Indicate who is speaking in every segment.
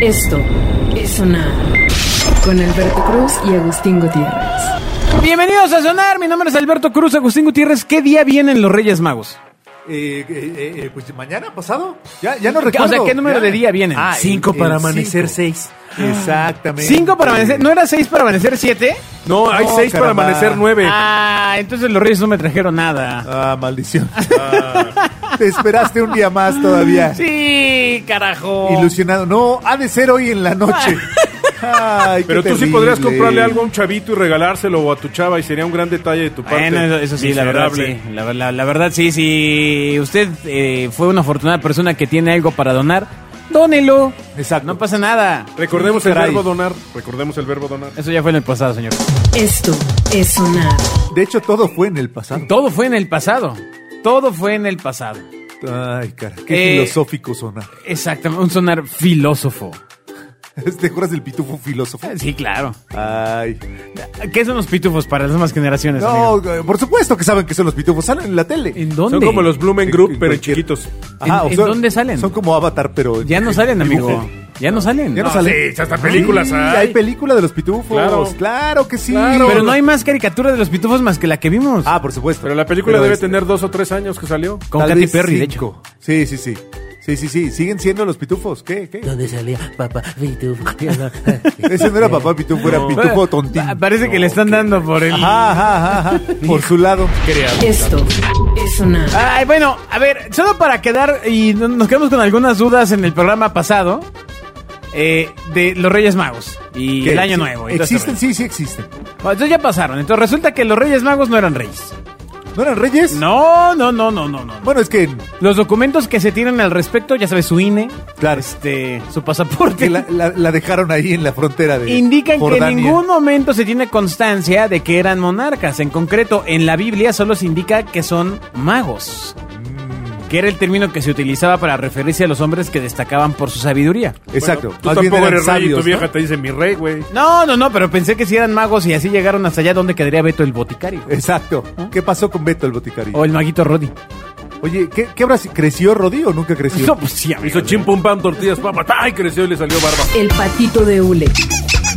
Speaker 1: Esto es Sonar con Alberto Cruz y Agustín Gutiérrez.
Speaker 2: Bienvenidos a Sonar, mi nombre es Alberto Cruz, Agustín Gutiérrez. ¿Qué día vienen los Reyes Magos?
Speaker 3: Eh, eh, eh, eh, pues mañana, pasado. Ya, ya no recuerdo.
Speaker 2: O sea, ¿qué número
Speaker 3: Ya.
Speaker 2: de día vienen?
Speaker 3: Ah,
Speaker 4: Cinco
Speaker 3: el-
Speaker 4: para
Speaker 3: el
Speaker 4: amanecer,
Speaker 3: cinco.
Speaker 4: seis.
Speaker 3: Exactamente.
Speaker 2: ¿Cinco para amanecer? ¿No era seis para amanecer siete?
Speaker 4: No, hay
Speaker 3: No,
Speaker 4: seis
Speaker 3: caramba.
Speaker 4: para amanecer nueve.
Speaker 2: Ah, entonces los Reyes no me trajeron nada.
Speaker 3: Ah, maldición.
Speaker 4: Ah.
Speaker 3: Te esperaste un día más todavía.
Speaker 2: Sí, carajo.
Speaker 3: Ilusionado. No, ha de ser hoy en la noche.
Speaker 2: Ah.
Speaker 3: Ay, qué
Speaker 4: Pero tú sí
Speaker 3: terrible.
Speaker 4: podrías comprarle algo a un chavito y regalárselo o a tu chava y sería un gran detalle de tu parte.
Speaker 2: Bueno, eso, eso sí, la verdad sí.
Speaker 4: Miserable.
Speaker 2: La, la- la verdad sí, si usted eh, fue una afortunada persona que tiene algo para donar, dónelo.
Speaker 3: Exacto.
Speaker 2: No pasa nada.
Speaker 4: Recordemos el
Speaker 3: Caray.
Speaker 4: verbo donar. Recordemos el verbo donar.
Speaker 2: Eso ya fue en el pasado, señor.
Speaker 1: Esto es Sonar.
Speaker 3: De hecho, todo fue en el pasado.
Speaker 2: Todo fue en el pasado. Todo fue en el pasado.
Speaker 3: Ay, cara, qué
Speaker 2: Eh.
Speaker 3: filosófico sonar.
Speaker 2: Exactamente, un sonar filósofo.
Speaker 3: ¿Te acuerdas del pitufo filósofo?
Speaker 2: Sí, claro.
Speaker 3: Ay.
Speaker 2: ¿Qué son los pitufos para las demás generaciones?
Speaker 3: No,
Speaker 2: amigo?
Speaker 3: eh, por supuesto que saben que son los pitufos. Salen en la tele.
Speaker 2: ¿En dónde?
Speaker 4: Son como los Blumen Group, pero
Speaker 3: Cualquier-
Speaker 4: chiquitos.
Speaker 2: ¿en- en dónde salen?
Speaker 3: Son como Avatar, pero.
Speaker 2: Ya no salen, amigo. Ya no salen.
Speaker 3: Ya no,
Speaker 4: No,
Speaker 3: salen.
Speaker 4: sí, hasta películas
Speaker 3: Sí, hay.
Speaker 4: hay.
Speaker 3: película de los pitufos. Claro,
Speaker 4: Claro.
Speaker 3: que sí.
Speaker 4: Claro.
Speaker 2: Pero no hay más caricatura de los pitufos más que la que vimos.
Speaker 3: Ah, por supuesto.
Speaker 4: Pero la película
Speaker 3: Pero
Speaker 4: debe
Speaker 3: este,
Speaker 4: tener dos o tres años que salió.
Speaker 2: Con
Speaker 3: tal
Speaker 2: Katy
Speaker 3: vez
Speaker 2: Perry, de
Speaker 3: cinco. Sí, sí, sí. Sí, sí, sí. Siguen siendo los pitufos. ¿Qué? ¿Qué?
Speaker 5: ¿Dónde salía papá pitufo?
Speaker 3: Ese no era papá pitufo, era pitufo tontín.
Speaker 2: Pa- Ah, Parece que le están dando por el.
Speaker 3: Ajá, ajá, ajá. Por su lado.
Speaker 1: Esto es Sonar.
Speaker 2: Ay, bueno, a ver, solo para quedar y no- nos quedamos con algunas dudas en el programa pasado eh, de los Reyes Magos y
Speaker 3: ¿Qué?
Speaker 2: el Año
Speaker 3: Sí.
Speaker 2: Nuevo. y todo este
Speaker 3: ¿Existen?
Speaker 2: rollo.
Speaker 3: Sí, sí existen.
Speaker 2: Bueno, entonces ya pasaron. Entonces resulta que los Reyes Magos no eran reyes.
Speaker 3: ¿No eran reyes?
Speaker 2: No, no, no, no, no, no.
Speaker 3: Bueno, es que,
Speaker 2: Los documentos que se tienen al respecto, ya sabes, su INE,
Speaker 3: claro,
Speaker 2: este, su pasaporte,
Speaker 3: que la, la- la dejaron ahí en la frontera de
Speaker 2: indican que
Speaker 3: Jordania.
Speaker 2: en ningún momento se tiene constancia de que eran monarcas. En concreto, en la Biblia solo se indica que son magos,
Speaker 3: Mm.
Speaker 2: que era el término que se utilizaba para referirse a los hombres que destacaban por su sabiduría.
Speaker 3: Exacto.
Speaker 4: Bueno, tú
Speaker 3: Más bien
Speaker 4: tampoco
Speaker 3: eran
Speaker 4: eres rey y tu
Speaker 3: sabios,
Speaker 4: vieja
Speaker 3: ¿no?
Speaker 4: te dice mi rey, güey.
Speaker 2: No, no, no, pero pensé que si eran magos y así llegaron hasta allá donde quedaría Beto el boticario.
Speaker 3: Eh, Exacto.
Speaker 4: ¿Eh?
Speaker 3: ¿Qué pasó con Beto el boticario?
Speaker 2: O el maguito Roddy.
Speaker 3: Oye, ¿qué, qué habrá sido? ¿Creció Rodí o nunca creció?
Speaker 2: No, pues sí, amigo.
Speaker 4: Hizo chim pum pam, tortillas, papas. ¡Ay! Creció y le salió barba.
Speaker 1: El patito de Ule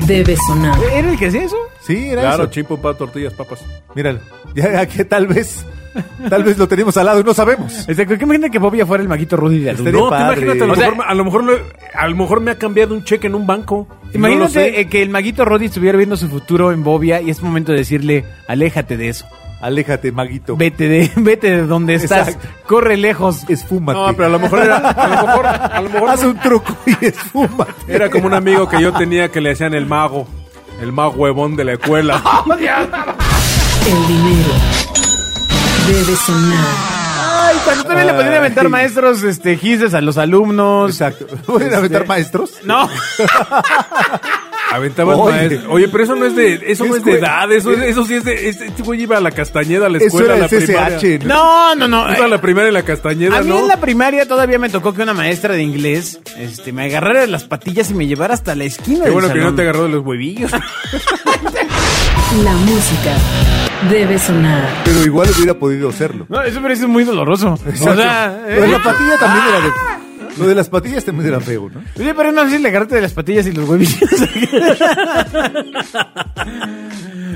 Speaker 1: debe sonar.
Speaker 2: ¿Era el que hacía eso?
Speaker 3: Sí, era
Speaker 4: Claro,
Speaker 3: eso.
Speaker 4: chim pum pam, tortillas, papas.
Speaker 3: Míralo. Ya que tal vez, tal vez lo tenemos al lado y no sabemos.
Speaker 4: Eh.
Speaker 2: Este, ¿Qué imagina que Bobia fuera el maguito Roddy de adulto?
Speaker 3: Estaría
Speaker 4: No, tú
Speaker 3: padre.
Speaker 4: imagínate, a lo,
Speaker 3: O sea,
Speaker 4: mejor, a, lo mejor, lo- a lo mejor me ha cambiado un cheque en un banco. Y no lo
Speaker 2: Imagínate
Speaker 4: sé.
Speaker 2: eh, que el maguito Roddy estuviera viendo su futuro en Bobia y es momento de decirle, aléjate de eso.
Speaker 3: Aléjate, maguito.
Speaker 2: Vete de, vete de donde estás.
Speaker 3: Exacto.
Speaker 2: Corre lejos.
Speaker 3: Esfúmate.
Speaker 4: No, pero a lo mejor era. A lo mejor, a lo mejor
Speaker 3: Haz un truco y esfúmate.
Speaker 4: era como un amigo que yo tenía que le decían el mago. El mago huevón de la escuela.
Speaker 1: El dinero debe sonar.
Speaker 2: Ay, cuando también le podían aventar
Speaker 3: Ay.
Speaker 2: maestros este, gises a los alumnos.
Speaker 3: Exacto. ¿Pueden
Speaker 4: Este,
Speaker 3: aventar maestros?
Speaker 2: No,
Speaker 4: Aventaban
Speaker 3: Oye.
Speaker 4: maestro. Oye, pero eso no es de, eso no es de
Speaker 3: Escue-
Speaker 4: edad. Eso, eso sí es de. Este este güey iba a la castañeda a la
Speaker 3: Eso era
Speaker 4: escuela, a
Speaker 3: el
Speaker 4: la primaria.
Speaker 3: CCH. ¿no?
Speaker 2: no, no, no.
Speaker 4: Iba a la primaria y la castañeda,
Speaker 2: A mí
Speaker 4: ¿no?
Speaker 2: en la primaria todavía me tocó que una maestra de inglés este, me agarrara de las patillas y me llevara hasta la esquina
Speaker 4: Qué
Speaker 2: del
Speaker 4: bueno que no
Speaker 2: salón.
Speaker 4: te agarró de los huevillos.
Speaker 1: La música debe sonar.
Speaker 3: Pero igual hubiera podido hacerlo.
Speaker 2: No, eso me parece muy doloroso. O
Speaker 3: Exacto.
Speaker 2: sea,
Speaker 3: Lo de
Speaker 2: eh,
Speaker 3: la patilla también era de... Lo de las patillas también era feo, ¿no?
Speaker 2: oye, pero es más fácil agarrarte de las patillas y los huevillos.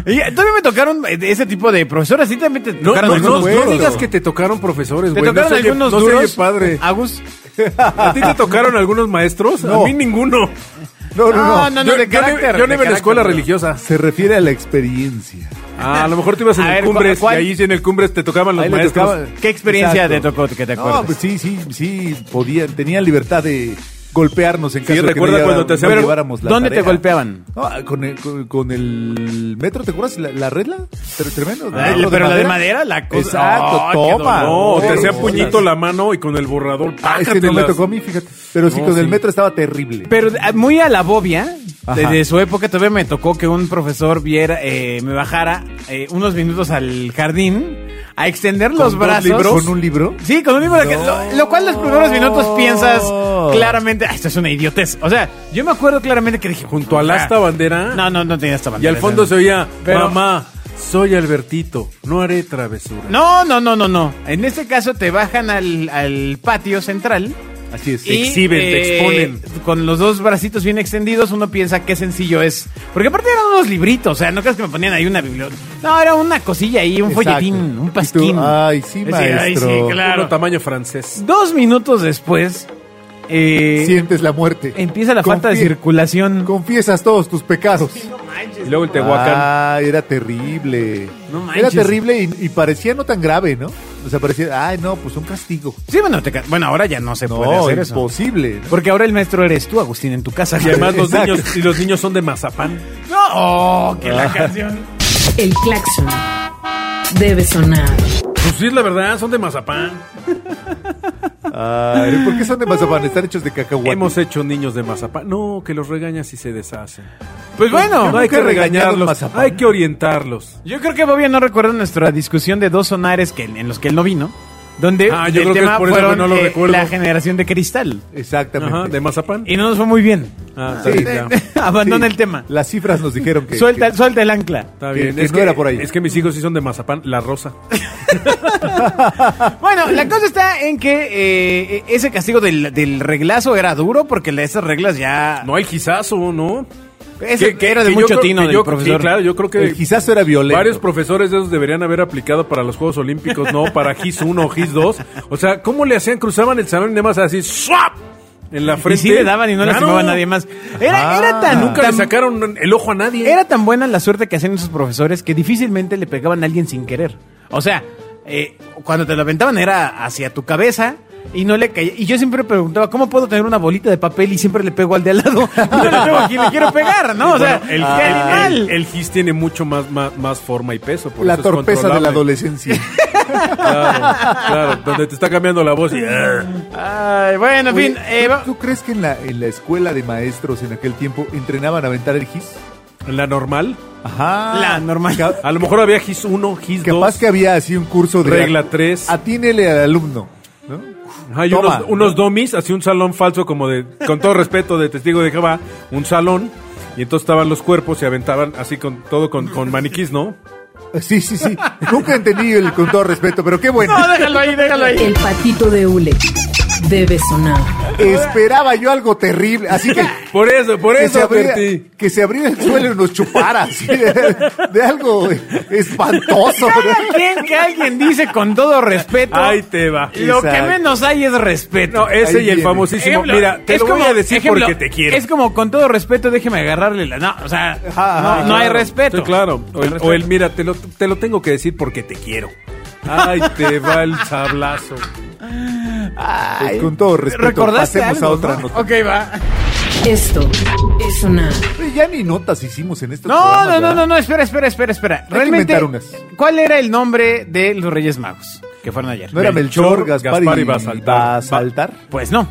Speaker 2: Y todavía me tocaron eh, de ese tipo de profesoras. Sí, también te
Speaker 4: No,
Speaker 2: tocaron
Speaker 4: no,
Speaker 2: algunos
Speaker 4: no, no
Speaker 2: duros.
Speaker 4: digas que te tocaron profesores,
Speaker 2: ¿Te
Speaker 4: güey.
Speaker 2: tocaron
Speaker 4: no se oye-
Speaker 2: algunos
Speaker 4: no se oye
Speaker 2: duros?
Speaker 4: padre.
Speaker 2: Agus.
Speaker 4: ¿A ti te tocaron algunos maestros?
Speaker 3: No.
Speaker 4: A mí ninguno.
Speaker 3: No, no, Ah, no.
Speaker 2: No, no, de carácter,
Speaker 4: yo no
Speaker 2: de
Speaker 4: iba en
Speaker 2: carácter,
Speaker 4: escuela
Speaker 2: no.
Speaker 4: religiosa.
Speaker 3: Se refiere a la experiencia.
Speaker 4: Ah, a lo mejor tú ibas en
Speaker 2: A
Speaker 4: el
Speaker 2: ver, ¿cu-
Speaker 4: Cumbres
Speaker 2: cuál?
Speaker 4: y ahí sí en el Cumbres te tocaban los
Speaker 3: Ahí le
Speaker 4: maestros.
Speaker 3: tocaba.
Speaker 2: ¿Qué experiencia te
Speaker 3: Exacto.
Speaker 2: tocó que te acuerdas?
Speaker 3: No, pues sí, sí, sí, podían, tenían libertad de golpearnos en
Speaker 4: Sí,
Speaker 3: caso de que
Speaker 4: recuerda
Speaker 3: no
Speaker 4: cuando te
Speaker 3: llevara-
Speaker 4: hacían-
Speaker 3: no lleváramos la
Speaker 2: ¿Dónde te
Speaker 3: tarea.
Speaker 2: golpeaban?
Speaker 3: No, con, el, con, con el metro, ¿te acuerdas? ¿La, la regla? Tre- Tremendo.
Speaker 2: Ah,
Speaker 3: ¿no?
Speaker 2: pero la de madera, la cosa-
Speaker 3: Exacto,
Speaker 2: ¡Ah, qué
Speaker 3: toma.
Speaker 4: No, te hacía
Speaker 3: Sí,
Speaker 4: puñito
Speaker 3: sí.
Speaker 4: la mano y con el borrador.
Speaker 3: Ah, es que no me
Speaker 4: pácatelas.
Speaker 3: tocó a mí, fíjate. Pero sí,
Speaker 4: No,
Speaker 3: con el
Speaker 4: sí.
Speaker 3: metro estaba terrible.
Speaker 2: Pero eh, muy a la bobia, de,
Speaker 3: Ajá.
Speaker 2: de su época todavía me tocó que un profesor viera, eh, me bajara eh, unos minutos al jardín a extender los
Speaker 3: ¿Con dos
Speaker 2: brazos.
Speaker 3: libros? ¿Con un libro?
Speaker 2: Sí, con un libro. de que- Lo, lo cual los primeros minutos piensas
Speaker 3: No.
Speaker 2: claramente, "Ah, esto es una idiotez. O sea, yo me acuerdo claramente que dije,
Speaker 4: Junto a
Speaker 2: "Ah".
Speaker 4: asta bandera.
Speaker 2: No, no, no tenía esta
Speaker 4: Y
Speaker 2: bandera.
Speaker 4: al fondo se oía,
Speaker 2: Pero-
Speaker 4: mamá, soy Albertito, no haré travesura.
Speaker 2: No, no, no, no, no. En este caso te bajan al, al patio central
Speaker 4: Así es.
Speaker 2: Y,
Speaker 4: Exhiben,
Speaker 2: eh,
Speaker 4: te exponen.
Speaker 2: Con los dos bracitos bien extendidos, uno piensa qué sencillo es. Porque aparte eran unos libritos, o sea, no creas que me ponían ahí una biblioteca. No, era una cosilla ahí, un
Speaker 3: Exacto.
Speaker 2: folletín, un
Speaker 3: Y tú,
Speaker 2: pasquín.
Speaker 3: ay, sí,
Speaker 2: Es decir, ay,
Speaker 3: maestro.
Speaker 2: sí,
Speaker 4: Puro
Speaker 2: claro.
Speaker 4: tamaño francés.
Speaker 2: Dos minutos después, eh,
Speaker 3: Sientes la muerte.
Speaker 2: empieza la falta de
Speaker 3: Confie-
Speaker 2: circulación.
Speaker 3: Confiesas todos tus pecados.
Speaker 4: Y luego el Tehuacán.
Speaker 3: Ay, era terrible.
Speaker 2: No manches.
Speaker 3: era terrible y, y parecía no tan grave, ¿no? O sea, parecía, ay, no, pues un castigo.
Speaker 2: Sí, bueno, te ca- bueno, ahora ya no se puede
Speaker 3: No,
Speaker 2: hacer eso.
Speaker 3: imposible. ¿no?
Speaker 2: Porque ahora el maestro eres tú, Agustín, en tu casa.
Speaker 4: Y además los
Speaker 3: Exacto.
Speaker 4: niños, y los niños son de mazapán.
Speaker 2: No, oh, que la canción.
Speaker 1: El claxon debe sonar.
Speaker 4: Pues sí, es la verdad, son de mazapán.
Speaker 3: Ay, ¿Por qué son de mazapán? Están hechos de cacahuate.
Speaker 4: Ah. Hemos hecho niños de mazapán. No, que los regañas y se deshacen.
Speaker 2: Pues bueno,
Speaker 4: no
Speaker 3: nunca
Speaker 4: hay que
Speaker 3: he regañado un
Speaker 4: regañarlos,
Speaker 3: mazapán.
Speaker 4: hay que orientarlos.
Speaker 2: Yo creo que Bobia no recuerda nuestra discusión de dos sonares que, en los que él no vino, donde
Speaker 4: Ah, yo
Speaker 2: el
Speaker 4: creo que
Speaker 2: tema
Speaker 4: es por eso que
Speaker 2: fueron
Speaker 4: no lo
Speaker 2: eh,
Speaker 4: recuerdo.
Speaker 2: la generación de cristal.
Speaker 3: Exactamente.
Speaker 4: Ajá, de mazapán.
Speaker 2: Y no nos fue muy bien.
Speaker 4: Ah,
Speaker 3: Sí.
Speaker 4: está bien, ya.
Speaker 2: Abandona
Speaker 3: Sí,
Speaker 2: el tema.
Speaker 3: Las cifras nos dijeron que.
Speaker 2: suelta,
Speaker 3: que-
Speaker 2: suelta el ancla.
Speaker 4: Está
Speaker 3: Que-
Speaker 4: bien.
Speaker 3: que no era por ahí.
Speaker 4: Es que mis hijos sí son de mazapán, la rosa.
Speaker 2: Bueno, la cosa está en que eh, ese castigo del, del reglazo era duro porque la- esas reglas ya...
Speaker 4: No hay quizazo, ¿no.
Speaker 2: Ese que era de
Speaker 4: yo
Speaker 2: mucho
Speaker 4: creo-
Speaker 2: tino
Speaker 4: que
Speaker 2: del
Speaker 4: yo-
Speaker 2: profesor.
Speaker 4: Sí, claro, yo creo que
Speaker 3: el quizás era violento.
Speaker 4: varios profesores de esos deberían haber aplicado para los Juegos Olímpicos, no para GIS 1 o GIS 2. O sea, ¿cómo le hacían? Cruzaban el salón y nada más así, ¡swap! En la
Speaker 2: Y
Speaker 4: frente.
Speaker 2: sí le daban y no
Speaker 4: Claro.
Speaker 2: lastimaba a nadie más. Era,
Speaker 3: Ah.
Speaker 2: era tan...
Speaker 4: Nunca le
Speaker 2: tan-
Speaker 4: sacaron el ojo a nadie.
Speaker 2: Era tan buena la suerte que hacían esos profesores que difícilmente le pegaban a alguien sin querer. O sea, eh, cuando te lo aventaban era hacia tu cabeza y no le caía. Y yo siempre preguntaba, ¿cómo puedo tener una bolita de papel y siempre le pego al de al lado? Y no le pego a quien le quiero pegar, ¿no? O sea,
Speaker 4: Bueno, el,
Speaker 2: ¡qué
Speaker 4: el-
Speaker 2: animal!
Speaker 4: el- el GIS tiene mucho más, más, más forma y peso. por
Speaker 3: La
Speaker 4: eso es
Speaker 3: torpeza de la
Speaker 4: controlable.
Speaker 3: adolescencia.
Speaker 4: Claro, claro, donde te está cambiando la voz y.
Speaker 2: Ay, bueno, en
Speaker 3: Oye,
Speaker 2: fin. eh,
Speaker 3: ¿tú-
Speaker 2: va-
Speaker 3: ¿tú, crees que en la, en la escuela de maestros en aquel tiempo entrenaban a aventar el gis?
Speaker 4: La normal.
Speaker 3: Ajá.
Speaker 2: La normal.
Speaker 3: Ca-
Speaker 4: A lo mejor había GIS 1, GIS 2.
Speaker 3: capaz que había así un curso de.
Speaker 4: Regla 3.
Speaker 3: Atínele al alumno. ¿no?
Speaker 4: Hay
Speaker 3: Toma.
Speaker 4: unos, unos domis, así un salón falso, como de, con todo respeto, de testigo de Jehová, un salón, y entonces estaban los cuerpos y aventaban así con todo con, con maniquís, ¿no?
Speaker 3: Sí, sí, sí. Nunca entendí el con todo respeto, pero qué bueno.
Speaker 2: No, déjalo ahí, déjalo ahí.
Speaker 1: El patito de hule debe sonar.
Speaker 3: Esperaba yo algo terrible. Así que.
Speaker 4: Por eso, por
Speaker 3: que se,
Speaker 4: eso,
Speaker 3: abriera,
Speaker 4: Berti.
Speaker 3: que se abriera el suelo y nos chupara así, de, de algo espantoso.
Speaker 2: Cada quien que alguien dice con todo respeto,
Speaker 4: Ahí te va.
Speaker 2: lo que
Speaker 3: Exacto.
Speaker 2: menos hay es respeto.
Speaker 4: No, ese
Speaker 3: Ahí
Speaker 4: y el
Speaker 3: viene.
Speaker 4: famosísimo.
Speaker 2: Ejemplo,
Speaker 4: Mira, te
Speaker 2: es
Speaker 4: lo voy
Speaker 2: como-
Speaker 4: a decir
Speaker 2: ejemplo,
Speaker 4: porque te quiero.
Speaker 2: Es como con todo respeto, déjeme agarrarle la. No, o sea,
Speaker 3: Ajá,
Speaker 2: no,
Speaker 3: ajá,
Speaker 2: no hay
Speaker 4: Claro,
Speaker 2: respeto.
Speaker 4: sí, Ah, claro. O el, o el, mira, te lo, te lo tengo que decir porque te quiero. Ay, te va el sablazo.
Speaker 3: Pues con todo respeto,
Speaker 2: ¿Recordaste
Speaker 3: pasemos
Speaker 2: algo,
Speaker 3: a otra
Speaker 2: no?
Speaker 3: nota.
Speaker 2: Ok, va.
Speaker 1: Esto es sonar.
Speaker 3: Ya ni notas hicimos en estos
Speaker 2: No,
Speaker 3: programas,
Speaker 2: no, no,
Speaker 3: ¿verdad?
Speaker 2: no, no, espera, espera, espera, espera.
Speaker 3: que
Speaker 2: Realmente,
Speaker 3: inventar unas.
Speaker 2: ¿cuál era el nombre de los Reyes Magos que fueron ayer?
Speaker 3: ¿No era Melchor,
Speaker 4: Melchor,
Speaker 3: Gaspar,
Speaker 4: Gaspar
Speaker 3: y,
Speaker 4: y Basaltar.
Speaker 3: Basaltar?
Speaker 2: Pues no,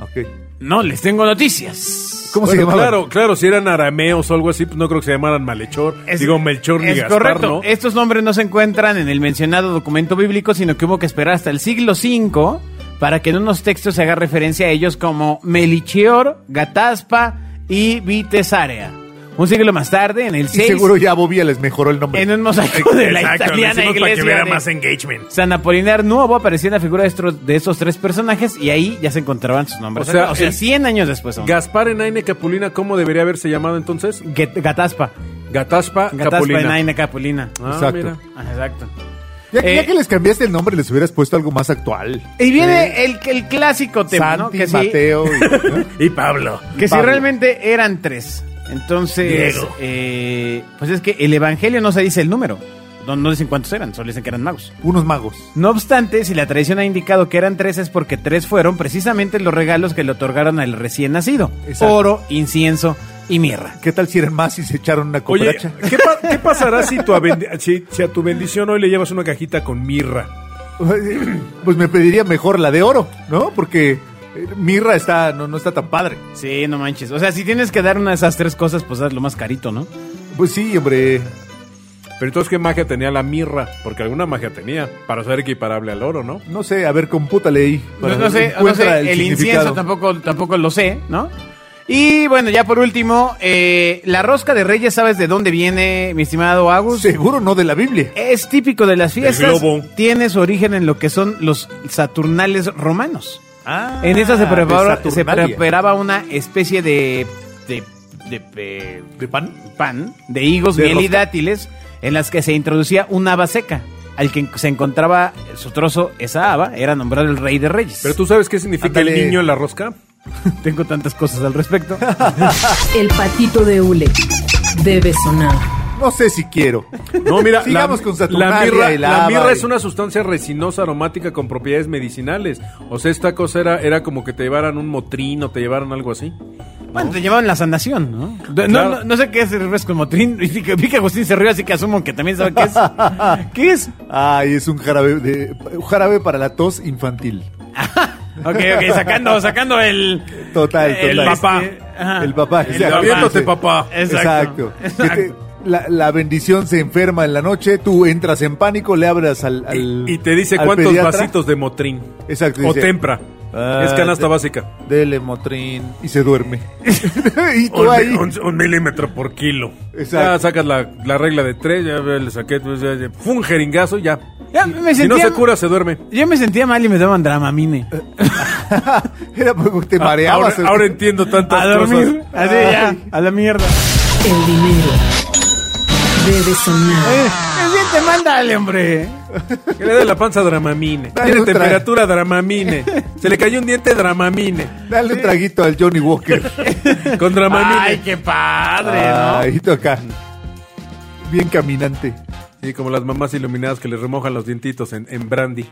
Speaker 3: Ok.
Speaker 2: no les tengo noticias.
Speaker 3: ¿Cómo se
Speaker 4: Bueno,
Speaker 3: llamaba?
Speaker 4: claro, claro, si eran arameos o algo así, pues no creo que se llamaran malhechor.
Speaker 2: Es-
Speaker 4: Digo, Melchor ni
Speaker 2: es
Speaker 4: Gaspar,
Speaker 2: correcto.
Speaker 4: ¿no?
Speaker 2: Estos nombres no se encuentran en el mencionado documento bíblico, sino que hubo que esperar hasta el siglo V para que en unos textos se haga referencia a ellos como Melichior, Gataspa y Vitesarea. Un siglo más tarde, en el
Speaker 3: Y
Speaker 2: 6,
Speaker 3: seguro ya Bobia les mejoró el nombre.
Speaker 2: en un mosaico de la
Speaker 4: Exacto, lo
Speaker 2: italiana
Speaker 4: hicimos
Speaker 2: iglesia de
Speaker 4: engagement.
Speaker 2: San Apolinar Nuevo aparecía en la figura de estos, de estos tres personajes y ahí ya se encontraban sus nombres.
Speaker 4: O sea,
Speaker 2: o sea
Speaker 4: el-
Speaker 2: 100 años después. aún.
Speaker 4: Gaspar Enaine Capulina, ¿cómo debería haberse llamado entonces?
Speaker 2: Get- Gataspa.
Speaker 4: Gataspa,
Speaker 2: Gataspa
Speaker 4: Capulina.
Speaker 2: en Aina Capulina.
Speaker 4: Ah,
Speaker 3: Exacto.
Speaker 4: mira.
Speaker 2: Ah, Exacto.
Speaker 3: ya, ya
Speaker 2: eh,
Speaker 3: que les cambiaste el nombre, les hubieras puesto algo más actual.
Speaker 2: Y viene el, el clásico tema, Este, ¿no?
Speaker 3: Santi,
Speaker 2: Que sí,
Speaker 3: Mateo. y- ¿no?
Speaker 4: Y Pablo.
Speaker 2: que si
Speaker 3: Pablo.
Speaker 2: realmente eran tres. Entonces,
Speaker 4: Diego.
Speaker 2: eh, pues es que el evangelio no se dice el número. No, no dicen cuántos eran, solo dicen que eran magos.
Speaker 3: Unos magos.
Speaker 2: No obstante, si la tradición ha indicado que eran tres, es porque tres fueron precisamente los regalos que le otorgaron al recién nacido:
Speaker 3: Exacto.
Speaker 2: oro, incienso y mirra.
Speaker 3: ¿Qué tal si eran más y se echaron una
Speaker 4: Oye,
Speaker 3: cooperacha?
Speaker 4: ¿qué, pa- qué pasará si, tu abendi- si- si a tu bendición hoy le llevas una cajita con mirra?
Speaker 3: pues me pediría mejor la de oro, ¿no? Porque eh, mirra está, no, no está tan padre.
Speaker 2: Sí, no manches. O sea, si tienes que dar una de esas tres cosas, pues haz lo más carito, ¿no?
Speaker 3: Pues sí, hombre.
Speaker 4: Pero entonces, ¿qué magia tenía la mirra? Porque alguna magia tenía para ser equiparable al oro, ¿no?
Speaker 3: No sé, a ver, compútale ahí.
Speaker 2: No,
Speaker 3: para-
Speaker 2: no sé, no
Speaker 3: encuentra
Speaker 2: sé, el, incienso
Speaker 3: significado.
Speaker 2: tampoco, tampoco lo sé, ¿no? Y bueno, ya por último, eh, la rosca de reyes, ¿sabes de dónde viene, mi estimado Agus?
Speaker 3: Seguro no de la Biblia.
Speaker 2: Es típico de las fiestas.
Speaker 4: globo.
Speaker 2: Tiene su origen en lo que son los saturnales romanos.
Speaker 3: Ah,
Speaker 2: En esa se,
Speaker 3: de
Speaker 2: preparó- se
Speaker 3: Saturnalia.
Speaker 2: preparaba una especie de, de, de, eh,
Speaker 3: ¿De pan?
Speaker 2: pan de higos,
Speaker 3: De
Speaker 2: miel y
Speaker 3: rosca.
Speaker 2: dátiles en las que se introducía una haba seca. Al que se encontraba su trozo, esa haba, era nombrado el rey de reyes.
Speaker 4: Pero tú sabes qué significa
Speaker 3: Ándale.
Speaker 4: el niño en la rosca.
Speaker 2: tengo tantas cosas al respecto.
Speaker 1: El patito de hule debe sonar.
Speaker 3: No sé si quiero.
Speaker 4: No, mira,
Speaker 3: Sigamos
Speaker 4: la,
Speaker 3: con Saturnalia
Speaker 4: la mirra,
Speaker 3: y la
Speaker 4: la
Speaker 3: haba
Speaker 4: mirra
Speaker 3: y-
Speaker 4: es una sustancia resinosa aromática con propiedades medicinales. O sea, esta cosa era, era como que te llevaran un motrín o te llevaran algo así.
Speaker 2: Bueno, te llevaban la sanación, ¿no? De-
Speaker 4: Claro.
Speaker 2: No, no, no sé qué es el refresco de motrín. Y Vi que, vi que Agustín se rió, así que asumo que también sabe qué es. ¿Qué es?
Speaker 3: Ay, es un jarabe, de, un jarabe para la tos infantil.
Speaker 2: Ok, ok, sacando, sacando el...
Speaker 3: Total,
Speaker 2: El
Speaker 3: total.
Speaker 2: papá. Ajá.
Speaker 3: Ajá. El papá.
Speaker 2: El
Speaker 3: exacto.
Speaker 2: abriéndote,
Speaker 3: Sí.
Speaker 4: papá.
Speaker 2: Exacto.
Speaker 3: Exacto. Que te- la, la bendición se enferma en la noche, tú entras en pánico, le abras al, al-
Speaker 4: Y te dice
Speaker 3: al
Speaker 4: cuántos
Speaker 3: pediatra.
Speaker 4: vasitos de motrín.
Speaker 3: Exacto,
Speaker 4: O
Speaker 3: dice,
Speaker 4: tempra.
Speaker 3: Ah,
Speaker 4: es canasta
Speaker 3: te-
Speaker 4: básica.
Speaker 3: Dele motrín. Y se duerme. y tú
Speaker 4: Un,
Speaker 3: ahí.
Speaker 4: un- un milímetro por kilo.
Speaker 3: Exacto.
Speaker 4: Ya sacas la, la regla de tres, ya le saqué, pues, ya- ya, fue un jeringazo y ya.
Speaker 2: Ya, me
Speaker 4: Si no
Speaker 2: sentía-
Speaker 4: se cura, Eh, se duerme.
Speaker 2: Yo me sentía mal y me daban dramamine.
Speaker 3: Era porque te mareabas.
Speaker 4: Ah, Ahora, ahora entiendo tantas
Speaker 2: A dormir.
Speaker 4: cosas.
Speaker 2: Así ya, a la mierda.
Speaker 1: El dinero debe
Speaker 2: Eh.
Speaker 1: sonar.
Speaker 2: te mándale, hombre.
Speaker 4: Que le dé la panza dramamine.
Speaker 3: Dale
Speaker 4: Tiene
Speaker 3: un trago.
Speaker 4: temperatura dramamine. Se le cayó un diente dramamine.
Speaker 3: Dale un traguito al Johnny Walker.
Speaker 4: Con dramamine.
Speaker 2: Ay, qué padre, ¿no?
Speaker 3: Ahí acá. Bien caminante.
Speaker 4: Y como las mamás iluminadas que les remojan los dientitos en, en brandy.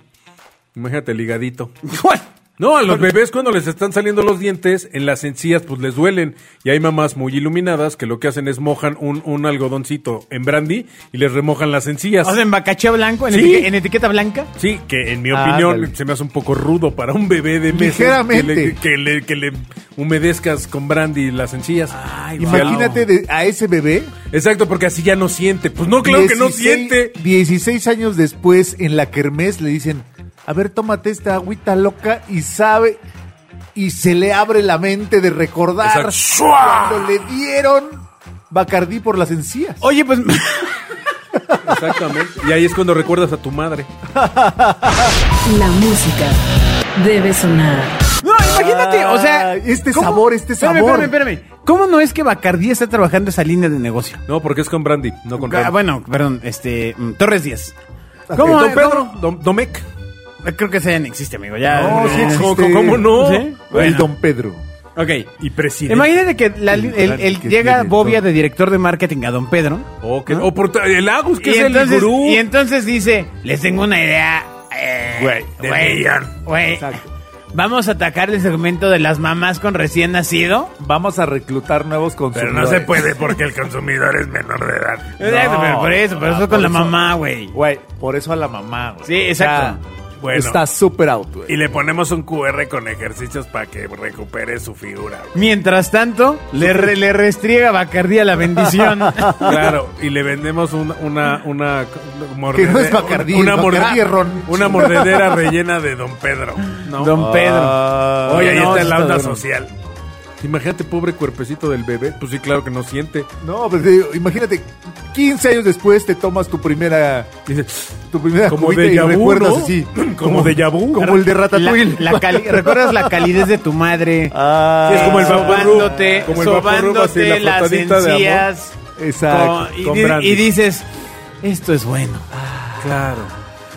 Speaker 4: Imagínate el higadito.
Speaker 2: ¿Cuál?
Speaker 4: No, a los bebés cuando les están saliendo los dientes, en las encías pues les duelen. Y hay mamás muy iluminadas que lo que hacen es mojan un, un algodoncito en brandy y les remojan las encías.
Speaker 2: O sea, en bacaché blanco, en,
Speaker 4: Sí.
Speaker 2: etique- en etiqueta blanca.
Speaker 4: Sí, que en mi
Speaker 3: Ah,
Speaker 4: opinión
Speaker 3: ándale.
Speaker 4: se me hace un poco rudo para un bebé de meses
Speaker 3: Ligeramente.
Speaker 4: Que le, que le- que le humedezcas con brandy las encías. Sí, al-
Speaker 3: Imagínate de- a ese bebé.
Speaker 4: Exacto, porque así ya no siente. Pues no, claro que no
Speaker 3: 16
Speaker 4: siente.
Speaker 3: 16 años después, en la kermés, le dicen: A ver, tómate esta agüita loca y sabe. Y se le abre la mente de recordar
Speaker 4: Exacto. ¡Sua!
Speaker 3: cuando le dieron Bacardí por las encías.
Speaker 2: Oye, pues.
Speaker 4: Exactamente. Y ahí es cuando recuerdas a tu madre.
Speaker 1: La música debe sonar.
Speaker 2: No, imagínate, o sea.
Speaker 3: Ay, este sabor, este sabor.
Speaker 2: Espérame, espérame, espérame. ¿Cómo no es que Bacardí está trabajando esa línea de negocio?
Speaker 4: No, porque es con brandy, no con
Speaker 2: Ah,
Speaker 4: ron.
Speaker 2: bueno, perdón, este. mm, Torres Díaz.
Speaker 3: Ok,
Speaker 2: ¿Cómo,
Speaker 4: Don
Speaker 2: eh,
Speaker 4: Pedro, Don, Domec.
Speaker 2: cómo? Eh, Creo que ese ya no existe, amigo. Ya.
Speaker 3: No, sí
Speaker 2: Eh,
Speaker 3: existe.
Speaker 4: ¿Cómo, cómo- cómo no?
Speaker 2: ¿Sí?
Speaker 3: El
Speaker 2: Bueno.
Speaker 3: Don Pedro.
Speaker 2: Ok.
Speaker 4: Y presidente.
Speaker 2: Imagínate que la li- el, el-
Speaker 3: Que
Speaker 2: llega
Speaker 3: tiene
Speaker 2: Bobia
Speaker 3: todo.
Speaker 2: de director de marketing a Don Pedro.
Speaker 4: O que- o por- el Agus, que
Speaker 2: Y
Speaker 4: es
Speaker 2: entonces,
Speaker 4: el gurú.
Speaker 2: y entonces dice, les tengo una idea. eh,
Speaker 4: Güey, de
Speaker 2: güey,
Speaker 4: millón.
Speaker 2: güey.
Speaker 3: Exacto.
Speaker 2: Vamos a atacar el segmento de las mamás con recién nacido.
Speaker 3: Vamos a reclutar nuevos consumidores.
Speaker 4: puede porque el consumidor es menor de edad.
Speaker 2: Exacto, pero por Eh, eso, pero
Speaker 3: ah,
Speaker 2: eso con
Speaker 3: por
Speaker 2: la
Speaker 3: eso.
Speaker 2: mamá, güey.
Speaker 3: Güey, por eso a la mamá, güey.
Speaker 2: Sí, exacto.
Speaker 4: Bueno.
Speaker 3: Está súper out, güey.
Speaker 4: le ponemos un QR con ejercicios para que recupere su figura.
Speaker 2: Mientras tanto, le, re- le restriega Bacardí a la bendición.
Speaker 4: Claro, y le vendemos un- una una
Speaker 3: Que no es
Speaker 4: mordedera-
Speaker 3: Bacardí,
Speaker 4: una,
Speaker 3: Bacardí
Speaker 4: morde-
Speaker 3: es ron.
Speaker 4: una mordedera rellena de Don Pedro. ¿no?
Speaker 2: Don Pedro.
Speaker 3: Ah,
Speaker 4: Oye, ahí
Speaker 3: no,
Speaker 4: está la onda
Speaker 3: duro.
Speaker 4: social. Imagínate, pobre cuerpecito del bebé. Pues sí, claro que no siente.
Speaker 3: No, pues te digo, imagínate, 15 años después te tomas tu primera
Speaker 4: Dice,
Speaker 3: tu primera
Speaker 4: Como
Speaker 3: cubita y
Speaker 4: déjà vu,
Speaker 3: recuerdas
Speaker 4: ¿no?
Speaker 3: así.
Speaker 4: Como déjà vu.
Speaker 3: Como el de Ratatouille.
Speaker 2: La- la cali- ¿Recuerdas la calidez de tu madre?
Speaker 3: Ah,
Speaker 4: Sí, es como el vaporru-
Speaker 2: sobándote,
Speaker 4: como el
Speaker 2: sobándote
Speaker 4: vaporru, así, la
Speaker 2: las
Speaker 4: frotadita de amor.
Speaker 2: encías.
Speaker 3: Exacto.
Speaker 2: con- y,
Speaker 4: con
Speaker 2: di-
Speaker 4: brandy.
Speaker 2: y dices, esto es bueno.
Speaker 4: claro.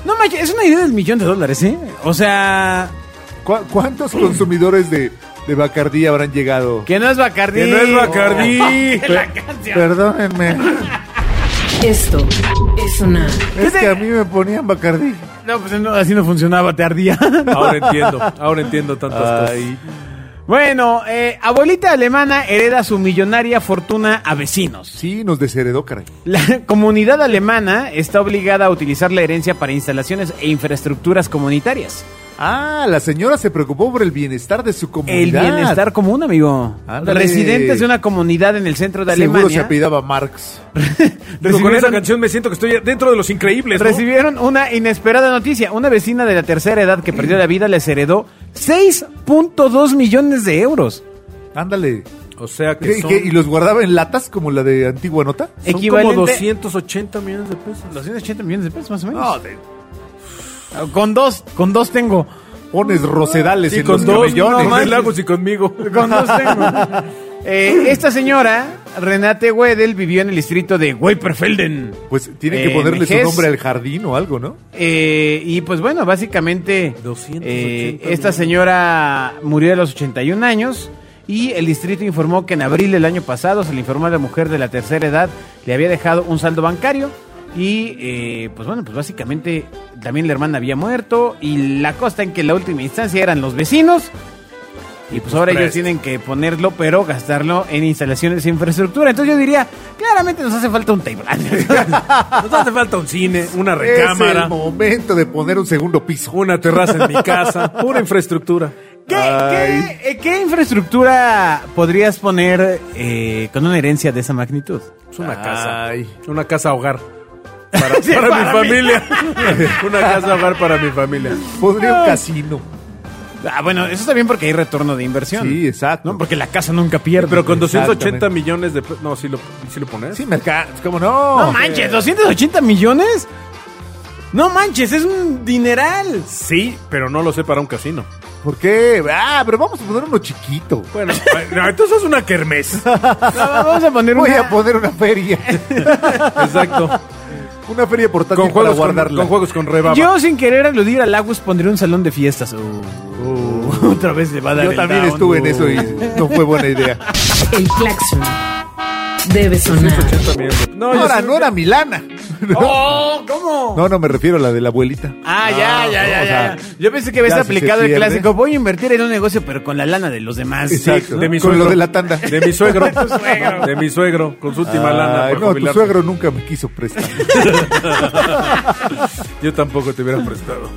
Speaker 2: No, manches, es una idea del millón de dólares, ¿eh? O sea,
Speaker 3: ¿Cu- ¿Cuántos consumidores de, de Bacardí habrán llegado?
Speaker 2: que no es Bacardí.
Speaker 4: Que no es Bacardí.
Speaker 3: Perdónenme,
Speaker 1: Esto es sonar.
Speaker 3: es que a mí me ponían Bacardí.
Speaker 2: No, pues no, así no funcionaba, te ardía.
Speaker 4: Ahora entiendo, ahora entiendo tantas
Speaker 3: Ay.
Speaker 2: bueno, eh, abuelita alemana hereda su millonaria fortuna a vecinos.
Speaker 3: Sí, nos desheredó, caray.
Speaker 2: La comunidad alemana está obligada a utilizar la herencia para instalaciones e infraestructuras comunitarias.
Speaker 3: Ah, la señora se preocupó por el bienestar de su comunidad.
Speaker 2: El bienestar común, amigo.
Speaker 3: Ándale.
Speaker 2: Residentes de una comunidad en el centro de
Speaker 3: Seguro se
Speaker 2: Alemania
Speaker 3: apellidaba Marx.
Speaker 4: cosas. Con esa
Speaker 2: recibieron-
Speaker 4: canción me siento que estoy dentro de los increíbles. ¿no?
Speaker 2: Recibieron una inesperada noticia. Una vecina de la tercera edad que perdió la vida les heredó 6.2 millones de euros.
Speaker 3: Ándale.
Speaker 4: O sea que
Speaker 3: ¿Qué-
Speaker 4: son,
Speaker 3: qué? ¿Y los guardaba en latas como la de antigua nota?
Speaker 4: son como
Speaker 2: Equivalente-
Speaker 4: 280 millones de pesos.
Speaker 2: 280 millones de pesos más o menos. Con dos, con dos tengo.
Speaker 3: pones rosedales
Speaker 4: Sí,
Speaker 3: en
Speaker 4: con
Speaker 3: los
Speaker 4: dos,
Speaker 3: camellones.
Speaker 4: no
Speaker 2: manches.
Speaker 4: lagos y conmigo.
Speaker 2: Con dos tengo. Eh, esta señora, Renate Wedel, vivió en el distrito de Weiperfelden.
Speaker 3: Pues tienen
Speaker 2: Eh,
Speaker 3: que ponerle su
Speaker 2: Mejes.
Speaker 3: nombre al jardín o algo, ¿no?
Speaker 2: Eh, y pues bueno, básicamente
Speaker 4: 280
Speaker 2: eh,
Speaker 4: mil.
Speaker 2: esta señora murió a los 81 años y el distrito informó que en abril del año pasado se le informó a la mujer de la tercera edad le había dejado un saldo bancario y eh, pues bueno, pues básicamente también la hermana había muerto y la costa en que en la última instancia eran los vecinos y pues ahora ellos
Speaker 4: presto.
Speaker 2: tienen que ponerlo, pero gastarlo en instalaciones e infraestructura. Entonces yo diría, claramente nos hace falta un table.
Speaker 4: Nos hace falta un cine, una
Speaker 3: Es el
Speaker 4: recámara,
Speaker 3: momento de poner un segundo piso.
Speaker 4: una terraza en mi casa, pura infraestructura.
Speaker 2: ¿Qué,
Speaker 3: Ay.
Speaker 2: qué- eh, qué infraestructura podrías poner eh, con una herencia de esa magnitud?
Speaker 4: Es una casa.
Speaker 3: Ay.
Speaker 4: Una casa hogar. Para,
Speaker 2: Sí,
Speaker 4: para
Speaker 2: para
Speaker 4: mi
Speaker 2: mí.
Speaker 4: familia. una casa hogar para mi familia.
Speaker 3: Pondría un casino.
Speaker 2: Ah, bueno, eso está bien porque hay retorno de inversión.
Speaker 3: Sí, exacto.
Speaker 2: ¿no? Porque la casa nunca pierde.
Speaker 4: Pero con
Speaker 3: Exactamente.
Speaker 4: 280 millones de pe- No, si lo, sí lo pones.
Speaker 3: Sí, me alcanza. ¿Cómo no?
Speaker 2: No manches, 280 millones. No manches, es un dineral.
Speaker 4: Sí, pero no lo sé para un casino.
Speaker 3: ¿Por qué? Ah, pero vamos a poner uno chiquito.
Speaker 4: Bueno, no, entonces es una kermés.
Speaker 2: No, vamos a poner
Speaker 3: Voy
Speaker 2: una-
Speaker 3: a poner una feria.
Speaker 4: Exacto.
Speaker 3: Una feria portátil
Speaker 4: Con
Speaker 3: para
Speaker 4: juegos con,
Speaker 3: guardarla.
Speaker 4: con juegos con rebaba.
Speaker 2: Yo sin querer aludir al Agus pondría un salón de fiestas. Uh, otra vez le va a dar
Speaker 3: Yo
Speaker 2: el
Speaker 3: también
Speaker 2: down.
Speaker 3: estuve en eso y no fue buena idea.
Speaker 1: El claxon debe sonar.
Speaker 4: No, yo
Speaker 3: Ahora,
Speaker 4: sí-
Speaker 3: no era Milana.
Speaker 2: Oh, ¿Cómo?
Speaker 3: No, no, me refiero a la de la abuelita.
Speaker 2: Ah, ya, ya,
Speaker 3: no,
Speaker 2: ya,
Speaker 3: o
Speaker 2: ya.
Speaker 3: sea,
Speaker 2: Yo pensé que habías
Speaker 3: ya si se
Speaker 2: aplicado el
Speaker 3: pierde.
Speaker 2: clásico. Voy a invertir en un negocio, pero con la lana de los demás.
Speaker 3: Exacto.
Speaker 4: de mi
Speaker 3: Con
Speaker 4: suegro.
Speaker 3: lo de la tanda.
Speaker 4: De mi suegro.
Speaker 2: suegro.
Speaker 4: De mi suegro. Con su última lana.
Speaker 3: Ay, no,
Speaker 4: para
Speaker 3: tu
Speaker 4: jubilarse.
Speaker 3: suegro nunca me quiso prestar.
Speaker 4: Yo tampoco te hubiera prestado.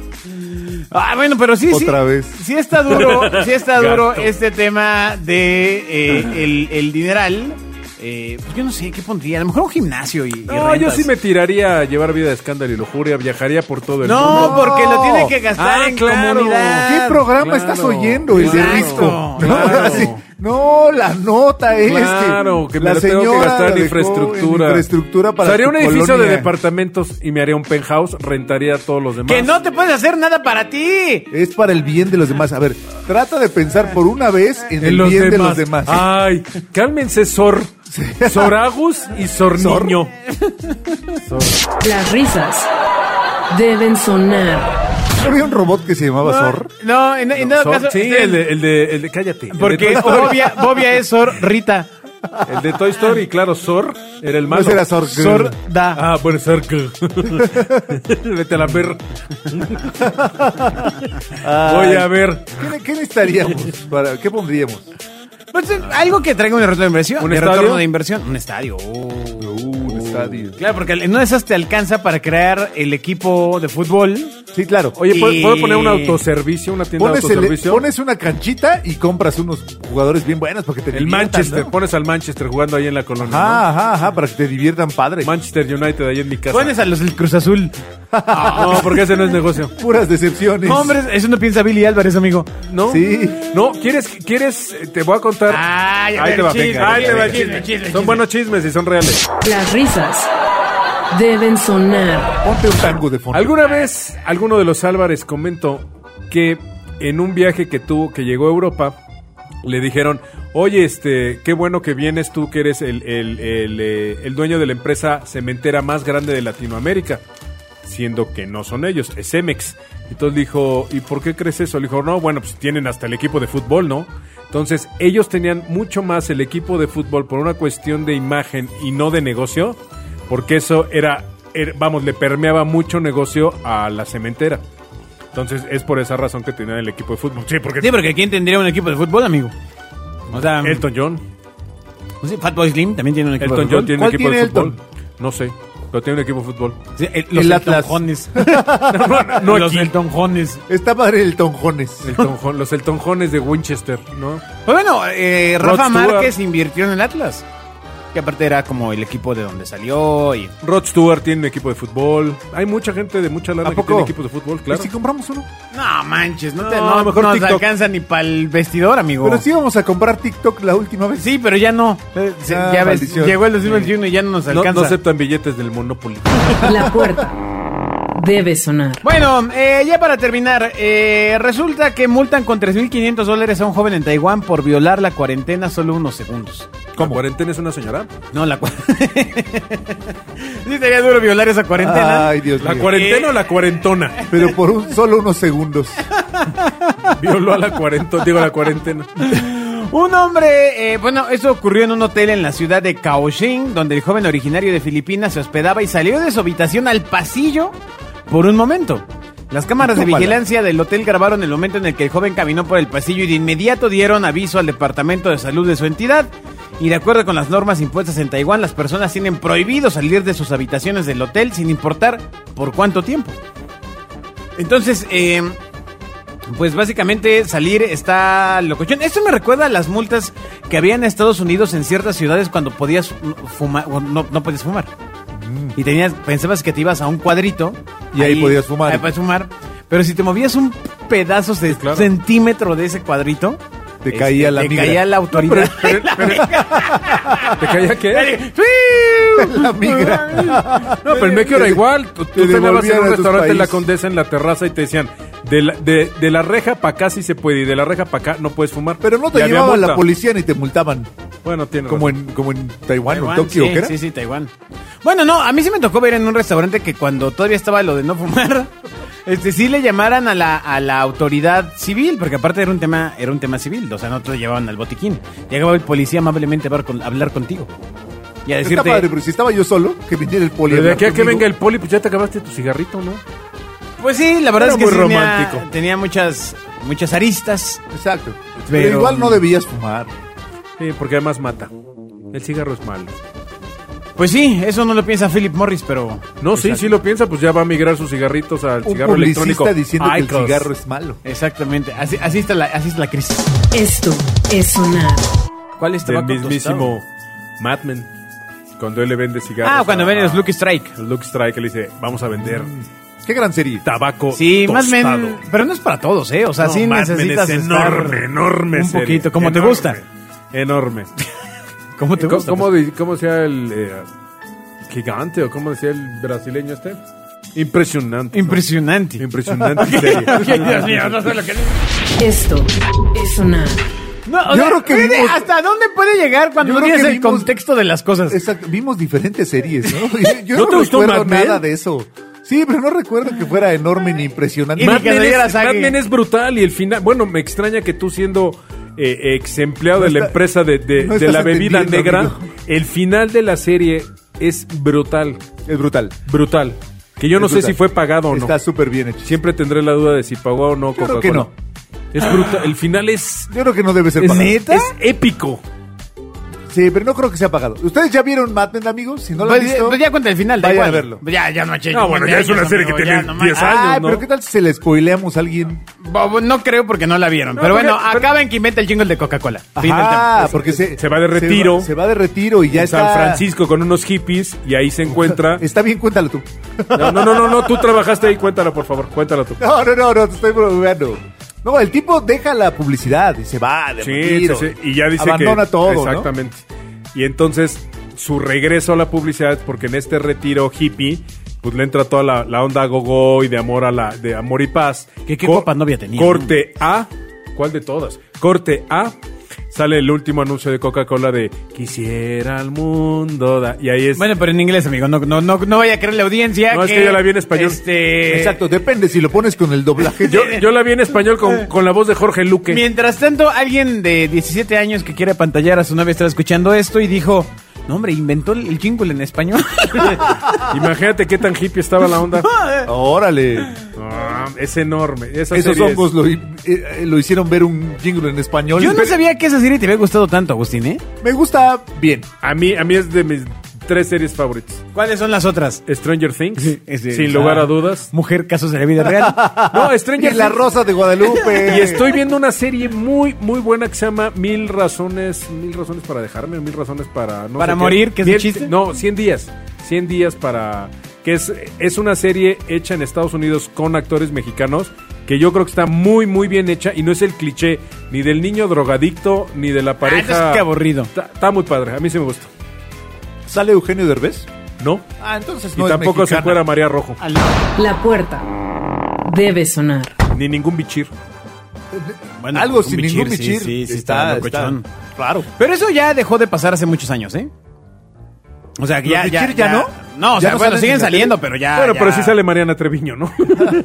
Speaker 2: Ah, bueno, pero sí, sí.
Speaker 3: Otra vez.
Speaker 2: Sí está duro, sí está duro
Speaker 4: Gasto.
Speaker 2: este tema de eh, el, el dineral. Eh, pues yo no sé, ¿qué pondría? A lo mejor un gimnasio y. y
Speaker 4: No, yo
Speaker 2: rentas.
Speaker 4: sí me tiraría a llevar vida de escándalo y lujuria. Viajaría por todo el mundo.
Speaker 2: No, porque lo tiene que gastar
Speaker 4: Ah,
Speaker 2: en
Speaker 4: claro.
Speaker 2: comunidad.
Speaker 3: ¿Qué programa
Speaker 4: claro,
Speaker 3: estás oyendo? El
Speaker 2: claro,
Speaker 3: de Risco.
Speaker 2: claro.
Speaker 3: No, así, no, la nota es
Speaker 4: Claro, que me lo tengo que gastar en infraestructura.
Speaker 3: infraestructura para
Speaker 4: O sea, haría
Speaker 3: tu
Speaker 4: un edificio
Speaker 3: colonia.
Speaker 4: de departamentos y me haría un penthouse, rentaría a todos los demás.
Speaker 2: Que no te puedes hacer nada para ti.
Speaker 3: Es para el bien de los demás. A ver, trata de pensar por una vez en,
Speaker 4: En
Speaker 3: el
Speaker 4: los
Speaker 3: bien
Speaker 4: demás.
Speaker 3: de los demás.
Speaker 4: Ay, cálmense, Sor. Soragus y Sorniño.
Speaker 1: Las risas deben sonar.
Speaker 4: Ah.
Speaker 3: ¿No había un robot que se llamaba Zor?
Speaker 2: No, en, en todo
Speaker 4: Sor,
Speaker 2: caso.
Speaker 4: sí,
Speaker 2: este-
Speaker 4: el de, el de, el de- cállate.
Speaker 2: Porque
Speaker 4: el de, Toy Story,
Speaker 2: Bobia, Bobia es Sor Rita.
Speaker 4: el de Toy Story, claro, Sor era el malo.
Speaker 3: ese Pues era Sor.
Speaker 2: Sorda.
Speaker 4: Ah, bueno, Sor. Vete a la perra. Voy a ver
Speaker 3: ¿Qué, qué necesitaríamos? Para, ¿Qué pondríamos?
Speaker 2: Pues, eh, algo que traiga un retorno de inversión.
Speaker 4: ¿Un
Speaker 2: de
Speaker 4: estadio?
Speaker 2: retorno de inversión. Un estadio. oh.
Speaker 3: un estadio.
Speaker 2: Claro, porque en una de esas te alcanza para crear el equipo de fútbol.
Speaker 3: Sí, claro.
Speaker 4: Oye, ¿puedo,
Speaker 2: Y-
Speaker 4: puedo poner un autoservicio, una tienda
Speaker 3: pones,
Speaker 4: de
Speaker 3: el-
Speaker 4: autoservicio?
Speaker 3: pones una canchita y compras unos jugadores bien buenos porque te
Speaker 4: el
Speaker 3: diviertan,
Speaker 4: Manchester,
Speaker 3: ¿no? Ah.
Speaker 4: pones al Manchester jugando ahí en la colonia.
Speaker 3: Ajá, ajá, ajá, para que te diviertan padre.
Speaker 4: ¿no? Manchester United ahí en mi casa.
Speaker 2: Pones a los del Cruz Azul.
Speaker 4: No, porque ese no es negocio.
Speaker 3: Puras decepciones.
Speaker 2: No, hombre, eso no piensa Billy Álvarez, amigo.
Speaker 4: ¿No?
Speaker 3: Sí.
Speaker 4: No, ¿quieres? quieres eh, te voy a contar.
Speaker 2: Ay, a
Speaker 4: ahí
Speaker 2: ver,
Speaker 4: te va,
Speaker 2: chisme,
Speaker 4: venga, ahí te va el
Speaker 2: chisme,
Speaker 4: chisme.
Speaker 2: chisme, chisme.
Speaker 4: Son buenos chismes y son reales.
Speaker 1: Las risas deben sonar.
Speaker 3: Ponte un tango de fondo.
Speaker 4: ¿Alguna vez alguno de los Álvarez comentó que en un viaje que tuvo, que llegó a Europa, le dijeron, oye, este, qué bueno que vienes tú, que eres el, el- el, eh, el dueño de la empresa cementera más grande de Latinoamérica. Siendo que no son ellos, es Cemex. Entonces dijo, ¿y por qué crees eso? Le dijo, no, bueno, pues tienen hasta el equipo de fútbol, ¿no? Entonces, ellos tenían mucho más el equipo de fútbol por una cuestión de imagen y no de negocio, porque eso era, era- vamos, le permeaba mucho negocio a la cementera. Entonces, es por esa razón que tenían el equipo de fútbol. Sí, porque
Speaker 2: Sí, porque ¿quién tendría un equipo de fútbol, amigo? O sea,
Speaker 4: Elton John.
Speaker 2: no sé, Fatboy Slim también tiene un equipo
Speaker 4: Elton
Speaker 2: de
Speaker 4: John
Speaker 2: fútbol.
Speaker 4: tiene un
Speaker 3: ¿Cuál
Speaker 4: equipo
Speaker 3: tiene
Speaker 4: de fútbol.
Speaker 3: Elton?
Speaker 4: No sé, pero tiene un equipo de fútbol.
Speaker 2: Sí, el- los
Speaker 3: El Atlas.
Speaker 2: Eltonjones.
Speaker 4: no
Speaker 2: los
Speaker 4: aquí.
Speaker 2: Eltonjones.
Speaker 3: Está padre el tonjones.
Speaker 4: Elton John- los Eltonjones de Winchester, ¿no?
Speaker 2: Pues bueno, eh,
Speaker 4: Rod
Speaker 2: Rafa
Speaker 4: Stewart.
Speaker 2: Márquez invirtió en el Atlas. Que aparte era como el equipo de donde salió y...
Speaker 4: Rod Stewart tiene un equipo de fútbol. Hay mucha gente de mucha lana
Speaker 3: ¿A
Speaker 4: que
Speaker 3: poco?
Speaker 4: tiene equipos de fútbol, claro.
Speaker 3: ¿Y si compramos uno?
Speaker 2: No manches, no, te,
Speaker 4: No,
Speaker 2: no,
Speaker 4: mejor
Speaker 2: no te
Speaker 4: TikTok.
Speaker 2: alcanza ni para el vestidor, amigo.
Speaker 3: Pero sí íbamos a comprar TikTok la última vez.
Speaker 2: Sí, pero ya no. Eh, se-
Speaker 3: Ah,
Speaker 2: ya ves,
Speaker 3: maldición.
Speaker 2: llegó el 2021 y ya no nos
Speaker 4: no,
Speaker 2: alcanza.
Speaker 4: no aceptan billetes del Monopoly.
Speaker 1: La puerta debe sonar.
Speaker 2: Bueno, eh, ya para terminar, eh, resulta que multan con 3.500 dólares a un joven en Taiwán por violar la cuarentena solo unos segundos.
Speaker 4: ¿Cómo? ¿Cuarentena es una señora?
Speaker 2: No, la cuarentena. sí, sería duro violar esa cuarentena. Eh,
Speaker 3: Ay, Dios
Speaker 4: ¿La
Speaker 3: mío.
Speaker 4: cuarentena o la cuarentona?
Speaker 3: Pero por un, solo unos segundos.
Speaker 4: Violó a la cuarentona, digo la cuarentena.
Speaker 2: Un hombre, eh, bueno, eso ocurrió en un hotel en la ciudad de Kaohsiung, donde el joven originario de Filipinas se hospedaba y salió de su habitación al pasillo por un momento. Las cámaras de
Speaker 3: Tómala.
Speaker 2: vigilancia del hotel grabaron el momento en el que el joven caminó por el pasillo y de inmediato dieron aviso al departamento de salud de su entidad. Y de acuerdo con las normas impuestas en Taiwán, las personas tienen prohibido salir de sus habitaciones del hotel sin importar por cuánto tiempo. Entonces, eh, pues básicamente salir está locochón. Esto me recuerda a las multas que había en Estados Unidos en ciertas ciudades cuando podías fumar, o no, no podías fumar. Y tenías, pensabas que te ibas a un cuadrito.
Speaker 3: Mm. Y ahí podías fumar.
Speaker 2: Ahí podías fumar. Pero si te movías un pedazo de
Speaker 4: Sí, claro.
Speaker 2: centímetro de ese cuadrito, este,
Speaker 3: Te caía la
Speaker 2: te
Speaker 3: migra.
Speaker 2: caía la autoridad.
Speaker 4: Pero- pero- ¿Te caía qué?
Speaker 3: La migra.
Speaker 4: No, pero en México era igual. Tú,
Speaker 3: Te
Speaker 4: tú te dabas en
Speaker 3: devolvían a
Speaker 4: un
Speaker 3: tu
Speaker 4: restaurante en la
Speaker 3: país.
Speaker 4: Condesa, en la terraza, y te decían, de la, de, de la reja para acá sí se puede, y de la reja para acá no puedes fumar.
Speaker 3: Pero no
Speaker 4: Y
Speaker 3: te
Speaker 4: había
Speaker 3: llevaba la
Speaker 4: multa.
Speaker 3: policía ni te multaban.
Speaker 4: Bueno, tiene
Speaker 3: Como
Speaker 4: razón.
Speaker 3: en, como en Taiwán o en
Speaker 2: Taiwán,
Speaker 3: Tokio,
Speaker 2: sí,
Speaker 3: ¿qué era?
Speaker 2: Sí, sí, Taiwán. Bueno, no, a mí sí me tocó ver en un restaurante que cuando todavía estaba lo de no fumar, este sí le llamaran a la, a la autoridad civil, porque aparte era un tema era un tema civil, o sea, no te lo llevaban al botiquín. Llegaba el policía amablemente a hablar, con- a hablar contigo. Y a
Speaker 3: Está
Speaker 2: decirte,
Speaker 3: padre, pero si estaba yo solo, que viniera el poli. a
Speaker 4: Pero de
Speaker 3: hablar
Speaker 4: aquí a que
Speaker 3: conmigo.
Speaker 4: venga el poli, pues ya te acabaste tu cigarrito, ¿no?
Speaker 2: pues sí, la verdad
Speaker 4: Era
Speaker 2: es que
Speaker 4: muy
Speaker 2: sí tenía-
Speaker 4: romántico.
Speaker 2: Tenía, muchas muchas aristas.
Speaker 3: Exacto. Pero,
Speaker 2: Pero-
Speaker 3: igual no debías fumar.
Speaker 4: Sí, porque además mata. El cigarro es malo.
Speaker 2: Pues sí, eso no lo piensa Philip Morris, pero
Speaker 4: No, sí, sí lo piensa, pues ya va a migrar sus cigarritos al
Speaker 3: Un
Speaker 4: cigarro electrónico. este
Speaker 3: publicista diciendo que el
Speaker 4: Icos.
Speaker 3: cigarro es malo.
Speaker 2: exactamente, así, así está la así está la crisis.
Speaker 1: Esto es sonar.
Speaker 2: ¿Cuál es
Speaker 4: Del
Speaker 2: tabaco tostado?
Speaker 4: mismísimo Madman. Cuando él le vende cigarros.
Speaker 2: Ah, cuando
Speaker 4: a-
Speaker 2: ven los
Speaker 4: a-
Speaker 2: Lucky Strike.
Speaker 4: Luke Strike, le dice, vamos a vender
Speaker 3: Qué gran serie.
Speaker 4: tabaco
Speaker 2: Sí, más
Speaker 4: tostado".
Speaker 2: bien, pero no es para todos, ¿eh? O sea,
Speaker 4: No,
Speaker 2: sí
Speaker 4: Mad Men
Speaker 2: necesitas
Speaker 4: es
Speaker 2: estar
Speaker 4: enorme, enorme.
Speaker 2: un
Speaker 4: serie.
Speaker 2: poquito, como te
Speaker 4: Enorme,
Speaker 2: gusta.
Speaker 4: Enorme.
Speaker 2: ¿Cómo te
Speaker 4: ¿Cómo,
Speaker 2: gusta?
Speaker 4: cómo di- cómo decía el eh, gigante o cómo decía el brasileño este? Impresionante.
Speaker 2: Impresionante.
Speaker 4: Impresionante. serie.
Speaker 1: Esto es sonar.
Speaker 2: No, o
Speaker 3: Yo
Speaker 2: sea,
Speaker 3: creo que
Speaker 2: mire,
Speaker 3: vimos-
Speaker 2: ¿Hasta dónde puede llegar cuando
Speaker 3: Yo
Speaker 2: no
Speaker 3: creo
Speaker 2: tienes
Speaker 3: que
Speaker 2: el
Speaker 3: vimos-
Speaker 2: contexto de las cosas?
Speaker 3: Exacto. Vimos diferentes series, ¿no? Yo, yo
Speaker 4: ¿No
Speaker 3: no,
Speaker 4: te gustó
Speaker 3: recuerdo
Speaker 4: Mad Men?
Speaker 3: nada de eso. Sí, pero no recuerdo que fuera enorme ni impresionante.
Speaker 2: Y ni
Speaker 4: Mad
Speaker 2: que
Speaker 4: Men
Speaker 2: se diera
Speaker 4: es,
Speaker 2: sague.
Speaker 4: Mad Men es brutal y el final. Bueno, me extraña que tú siendo eh, ex empleado
Speaker 3: No
Speaker 4: de la
Speaker 3: está-
Speaker 4: empresa de, de-
Speaker 3: no
Speaker 4: de
Speaker 3: estás
Speaker 4: la bebida
Speaker 3: entendiendo,
Speaker 4: negra,
Speaker 3: amigo.
Speaker 4: el final de la serie es brutal,
Speaker 3: Es brutal.
Speaker 4: brutal. Que yo no
Speaker 3: Es
Speaker 4: sé
Speaker 3: brutal.
Speaker 4: si fue pagado o no.
Speaker 3: Está súper bien hecho.
Speaker 4: Siempre tendré la duda de si pagó o no
Speaker 3: Yo creo
Speaker 4: Coca-Cola.
Speaker 3: que no.
Speaker 4: Es brutal. El final es
Speaker 3: Yo creo que no debe ser
Speaker 4: es,
Speaker 3: pagado.
Speaker 4: es épico.
Speaker 3: Sí, pero no creo que sea pagado. ¿Ustedes ya vieron Mad Men, amigos? Si no lo
Speaker 2: Pues,
Speaker 3: han visto...
Speaker 2: pues ya cuenta el final, da
Speaker 3: Vayan
Speaker 2: igual.
Speaker 3: a verlo.
Speaker 2: Ya, ya no eché.
Speaker 4: No, bueno, ya es una serie que tiene 10 años.
Speaker 3: Ay,
Speaker 4: ¿no?
Speaker 3: Ah, pero ¿qué tal si se le spoileamos a alguien?
Speaker 2: años. Ah, No creo porque no la vieron.
Speaker 4: No,
Speaker 2: pero
Speaker 4: porque-
Speaker 2: bueno,
Speaker 4: pero-
Speaker 2: acaban que inventa el jingle de Coca-Cola. Fin del tema.
Speaker 3: Ah, porque se,
Speaker 4: Pues, se va de
Speaker 3: va-
Speaker 4: retiro.
Speaker 3: Se va, de retiro y ya
Speaker 4: en
Speaker 3: está.
Speaker 4: San Francisco con unos hippies y ahí se encuentra.
Speaker 3: Está bien, cuéntalo tú.
Speaker 4: No, no, no, no, no, tú trabajaste ahí, cuéntala por favor, cuéntala tú.
Speaker 3: No, no, no, no, te estoy bromeando. No, el tipo deja la publicidad y se va de
Speaker 4: Sí,
Speaker 3: retiro.
Speaker 4: sí, sí, y ya dice
Speaker 3: Abandona
Speaker 4: que
Speaker 3: todo, ¿no?
Speaker 4: exactamente. Y entonces su regreso a la publicidad es porque en este retiro hippie pues le entra toda la, la onda gogo y de amor a la de amor y paz.
Speaker 2: ¿Qué- qué copa novia tenía?
Speaker 4: Corte A, ¿cuál de todas? Corte A. Sale el último anuncio de Coca-Cola de Quisiera al mundo. da-". Y ahí es.
Speaker 2: Bueno, pero en inglés, amigo. No, no, no, no vaya a creer la audiencia.
Speaker 4: pues. No, es que yo la vi en español.
Speaker 2: Este,
Speaker 3: Exacto, depende si lo pones con el doblaje.
Speaker 4: yo,
Speaker 2: eh,
Speaker 4: yo la vi en español con, con la voz de Jorge Luque.
Speaker 2: Mientras tanto, alguien de 17 años que quiere pantallar a su novia está escuchando esto y dijo, no hombre, inventó el el jingle en español.
Speaker 4: Imagínate qué tan hippie estaba la onda.
Speaker 3: Órale.
Speaker 4: Ah, es enorme. Esa
Speaker 3: Esos
Speaker 4: serie es-
Speaker 3: hongos lo, hi- eh, eh, lo hicieron ver un jingle en español.
Speaker 2: Yo no
Speaker 3: Pero
Speaker 2: sabía que esa serie te había gustado tanto, Agustín, ¿eh?
Speaker 3: Me gusta bien.
Speaker 4: A mí, a mí es de mis tres series favoritas.
Speaker 2: ¿Cuáles son las otras?
Speaker 4: Stranger Things,
Speaker 2: Este,
Speaker 4: sin
Speaker 2: ah,
Speaker 4: lugar a dudas.
Speaker 2: Mujer, casos de la vida real. Ah,
Speaker 4: No,
Speaker 3: Y
Speaker 4: Stranger
Speaker 3: la
Speaker 4: Things.
Speaker 3: rosa de Guadalupe.
Speaker 4: Y estoy viendo una serie muy, muy buena que se llama Mil Razones, Mil Razones para dejarme, Mil Razones para... No
Speaker 2: Para
Speaker 4: qué.
Speaker 2: morir, que es un
Speaker 4: Cien-
Speaker 2: chiste.
Speaker 4: No, 100 días. 100 días para... Que es, es una serie hecha en Estados Unidos con actores mexicanos que yo creo que está muy, muy bien hecha y no es el cliché ni del niño drogadicto ni de la
Speaker 2: Ah, entonces,
Speaker 4: pareja...
Speaker 2: qué aburrido.
Speaker 4: Está, está muy padre, a mí sí me gusta.
Speaker 3: ¿Sale Eugenio Derbez?
Speaker 4: ¿no?
Speaker 3: Ah, entonces
Speaker 4: Y
Speaker 3: no es
Speaker 4: tampoco se
Speaker 3: mexicana.
Speaker 4: fuera María Rojo,
Speaker 1: La puerta debe sonar.
Speaker 4: ni ningún bichir.
Speaker 2: Bueno,
Speaker 3: Ah, Algo
Speaker 2: pues,
Speaker 3: sin
Speaker 2: un
Speaker 3: ningún
Speaker 2: bichir, sí,
Speaker 3: bichir.
Speaker 2: sí, sí, está locochón.
Speaker 3: Claro.
Speaker 2: Pero eso ya dejó de pasar hace muchos años, ¿eh? O sea, que ya,
Speaker 3: ¿Los
Speaker 2: ya,
Speaker 3: Bichir ya no?
Speaker 2: No, o sea,
Speaker 3: ¿Ya
Speaker 2: bueno,
Speaker 3: salen
Speaker 2: siguen
Speaker 3: sin la
Speaker 2: saliendo,
Speaker 3: tele?
Speaker 2: pero ya.
Speaker 4: bueno, pero
Speaker 2: ya-
Speaker 4: sí sale Mariana Treviño, ¿no?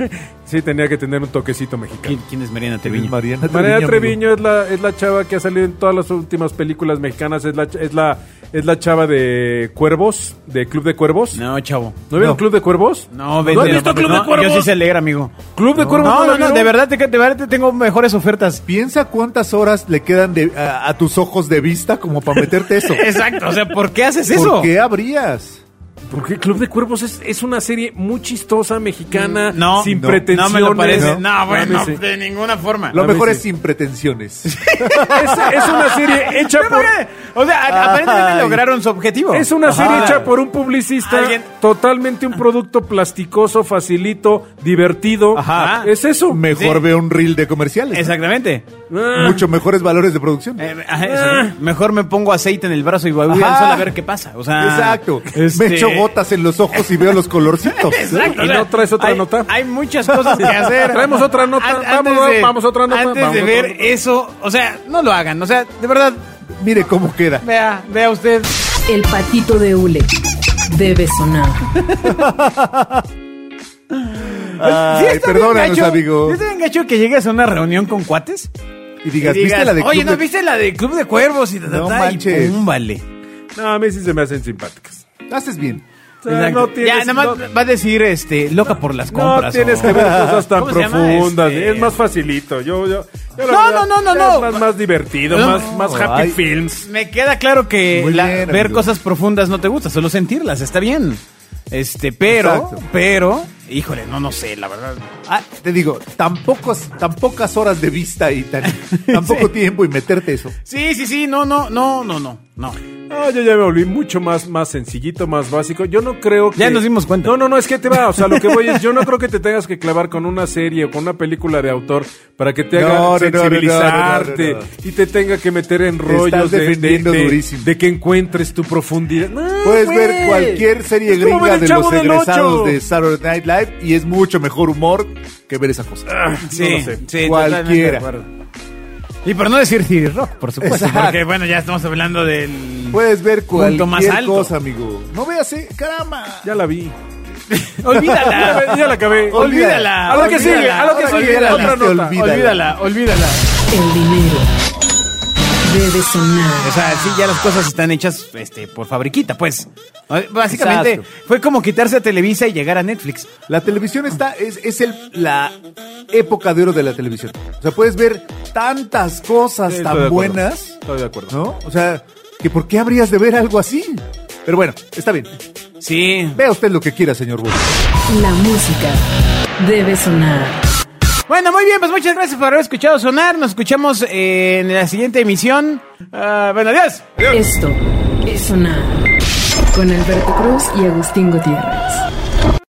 Speaker 4: sí, tenía que tener un toquecito mexicano.
Speaker 2: ¿Quién, quién es Mariana
Speaker 3: Treviño.
Speaker 2: Treviño?
Speaker 3: Mariana Treviño.
Speaker 4: Mariana
Speaker 3: amigo.
Speaker 4: Treviño es la, es la chava que ha salido en todas las últimas películas mexicanas. Es la, ch- es la, es la chava de Cuervos, de Club de Cuervos. ¿No,
Speaker 2: No, chavo.
Speaker 4: vieron
Speaker 3: No.
Speaker 4: Club de Cuervos?
Speaker 2: No,
Speaker 4: ¿No
Speaker 2: vete.
Speaker 4: has visto Club de Cuervos?
Speaker 2: Yo sí se alegra, amigo.
Speaker 4: Club de
Speaker 2: No,
Speaker 4: Cuervos, ¿no
Speaker 2: No,
Speaker 4: la
Speaker 2: no, no,
Speaker 4: vieron?
Speaker 2: de verdad, te, de verdad te tengo mejores ofertas.
Speaker 3: Piensa cuántas horas le quedan de- a, a tus ojos de vista como para meterte eso.
Speaker 2: Exacto, o sea, ¿por qué haces
Speaker 3: ¿Por
Speaker 2: eso?
Speaker 3: qué habrías?
Speaker 4: Porque Club de Cuervos es, es una serie muy chistosa, mexicana,
Speaker 2: No,
Speaker 4: sin
Speaker 2: no,
Speaker 4: pretensiones.
Speaker 2: No me lo parece. No,
Speaker 4: Mames,
Speaker 2: bueno,
Speaker 4: sí.
Speaker 2: de ninguna forma.
Speaker 3: Lo
Speaker 4: A mí
Speaker 3: mejor
Speaker 4: sí.
Speaker 3: es sin pretensiones.
Speaker 4: Es, es una serie hecha por...
Speaker 2: O sea, a- aparentemente
Speaker 3: Ay.
Speaker 2: lograron su objetivo.
Speaker 4: Es una serie
Speaker 2: Ajá.
Speaker 4: hecha por un publicista,
Speaker 2: Alguien-
Speaker 4: totalmente un producto plasticoso, facilito, divertido.
Speaker 2: Ajá.
Speaker 4: Es eso.
Speaker 3: Mejor
Speaker 2: Sí.
Speaker 3: ve un reel de comerciales.
Speaker 2: Exactamente.
Speaker 4: Ah.
Speaker 3: Mucho mejores valores de producción.
Speaker 2: Eh, ajá, eso. Mejor me pongo aceite en el brazo y voy al sol
Speaker 3: Ajá.
Speaker 2: a ver qué pasa. O sea,
Speaker 3: Exacto.
Speaker 2: este-
Speaker 3: Me echo gotas en los ojos y veo los colorcitos.
Speaker 2: Exacto.
Speaker 4: Y no traes otra
Speaker 2: hay,
Speaker 4: nota.
Speaker 2: Hay muchas cosas que hacer.
Speaker 4: Traemos otra nota.
Speaker 2: An-
Speaker 4: Vamos,
Speaker 2: antes de-
Speaker 4: vamos, otra nota.
Speaker 2: Antes
Speaker 4: Vamos,
Speaker 2: de
Speaker 4: otra
Speaker 2: ver
Speaker 4: nota.
Speaker 2: eso, o sea, no lo hagan. O sea, de verdad,
Speaker 3: Mire cómo queda.
Speaker 2: vea, vea usted. Pues,
Speaker 1: El patito de hule debe sonar.
Speaker 3: Ay,
Speaker 2: Sí está bien
Speaker 3: perdónanos,
Speaker 2: gacho, sí
Speaker 3: amigo.
Speaker 2: está bien gacho que llegues a una reunión con cuates?
Speaker 3: Y digas,
Speaker 2: y digas,
Speaker 3: ¿viste la de
Speaker 2: Oye,
Speaker 3: Club
Speaker 2: ¿no
Speaker 3: de-
Speaker 2: viste la de Club de Cuervos? Y, ta, ta,
Speaker 3: No
Speaker 2: ta,
Speaker 3: manches.
Speaker 2: y pum, vale.
Speaker 4: No, a mí sí se me hacen simpáticas.
Speaker 3: Haces bien.
Speaker 4: O sea,
Speaker 2: Exacto.
Speaker 4: Ah, no tienes,
Speaker 2: ya, nada más
Speaker 4: no-
Speaker 2: va a decir, este, loca por las
Speaker 4: no
Speaker 2: compras.
Speaker 4: tienes
Speaker 2: o-
Speaker 4: que ver cosas tan
Speaker 2: ¿Cómo se llama?
Speaker 4: profundas.
Speaker 2: Este-
Speaker 4: Es más facilito. Yo, yo, yo la
Speaker 2: No,
Speaker 4: verdad,
Speaker 2: no, no, no,
Speaker 4: ya
Speaker 2: no.
Speaker 4: Es más, más divertido,
Speaker 2: No.
Speaker 4: más, más happy
Speaker 3: Ay.
Speaker 4: films.
Speaker 2: Me queda claro que
Speaker 3: Muy
Speaker 2: la-
Speaker 3: bien,
Speaker 2: ver
Speaker 3: amigo.
Speaker 2: cosas profundas no te gusta, solo sentirlas, está bien. Este, pero,
Speaker 3: Exacto.
Speaker 2: pero, híjole, no, no sé, la verdad.
Speaker 3: Ah, te digo, tan, pocos- tan pocas horas de vista y tan, tan poco tiempo y meterte eso.
Speaker 2: Sí, sí, sí, no, no, no, no, no, no.
Speaker 4: No, yo ya me volví mucho más, más sencillito, más básico. Yo no creo que.
Speaker 2: Ya nos dimos cuenta.
Speaker 4: No, no, no, es que te va. O sea, lo que voy es, yo no creo que te tengas que clavar con una serie o con una película de autor para que te
Speaker 3: No,
Speaker 4: haga
Speaker 3: no, no,
Speaker 4: sensibilizarte
Speaker 3: no, no, no, no.
Speaker 4: y te tenga que meter en
Speaker 3: Te
Speaker 4: rollos
Speaker 3: estás
Speaker 4: de, de-
Speaker 3: defendiendo
Speaker 4: de-
Speaker 3: durísimo.
Speaker 4: de que encuentres tu profundidad. No,
Speaker 2: Ah,
Speaker 3: Puedes
Speaker 4: güey.
Speaker 3: ver cualquier serie
Speaker 4: Es como ver
Speaker 3: gringa
Speaker 4: El
Speaker 3: de
Speaker 4: Chavo
Speaker 3: los
Speaker 4: del
Speaker 3: egresados
Speaker 4: Ocho.
Speaker 3: de Saturday Night Live y es mucho mejor humor que ver esa cosa.
Speaker 2: Ah, Sí,
Speaker 4: sé.
Speaker 2: sí,
Speaker 3: Cualquiera.
Speaker 2: totalmente de acuerdo. Y por no decir City Rock, por supuesto,
Speaker 3: Exacto. Pues,
Speaker 2: porque bueno, ya estamos hablando del...
Speaker 3: Puedes ver
Speaker 2: Punto
Speaker 3: cualquier
Speaker 2: más alto.
Speaker 3: cosa, amigo. No veas, eh, caramba.
Speaker 4: Ya la vi.
Speaker 2: Olvídala,
Speaker 4: ya la acabé.
Speaker 2: Olvídala.
Speaker 4: A lo que
Speaker 2: olvídala,
Speaker 4: sigue, a lo que sigue.
Speaker 2: olvídala,
Speaker 4: Otra
Speaker 3: te
Speaker 4: nota.
Speaker 3: olvídala.
Speaker 2: Olvídala, olvídala.
Speaker 1: El dinero debe sonar.
Speaker 2: O sea, sí, ya las cosas están hechas este, por fabriquita, pues. Básicamente
Speaker 3: Exacto.
Speaker 2: fue como quitarse a Televisa y llegar a Netflix.
Speaker 3: La televisión está, es, es el, la época de oro de la televisión. O sea, puedes ver tantas cosas
Speaker 4: Sí, estoy de
Speaker 3: tan
Speaker 4: acuerdo.
Speaker 3: buenas,
Speaker 4: Estoy de acuerdo.
Speaker 3: ¿no? O sea, que por qué habrías de ver algo así. Pero bueno, está bien.
Speaker 2: Sí.
Speaker 3: Vea usted lo que quiera, señor Bull.
Speaker 1: La música debe sonar.
Speaker 2: Bueno, muy bien, pues muchas gracias por haber escuchado sonar. Nos escuchamos eh, en la siguiente emisión. Ah, bueno, adiós.
Speaker 1: Esto es sonar. Con Alberto Cruz y Agustín Gutiérrez.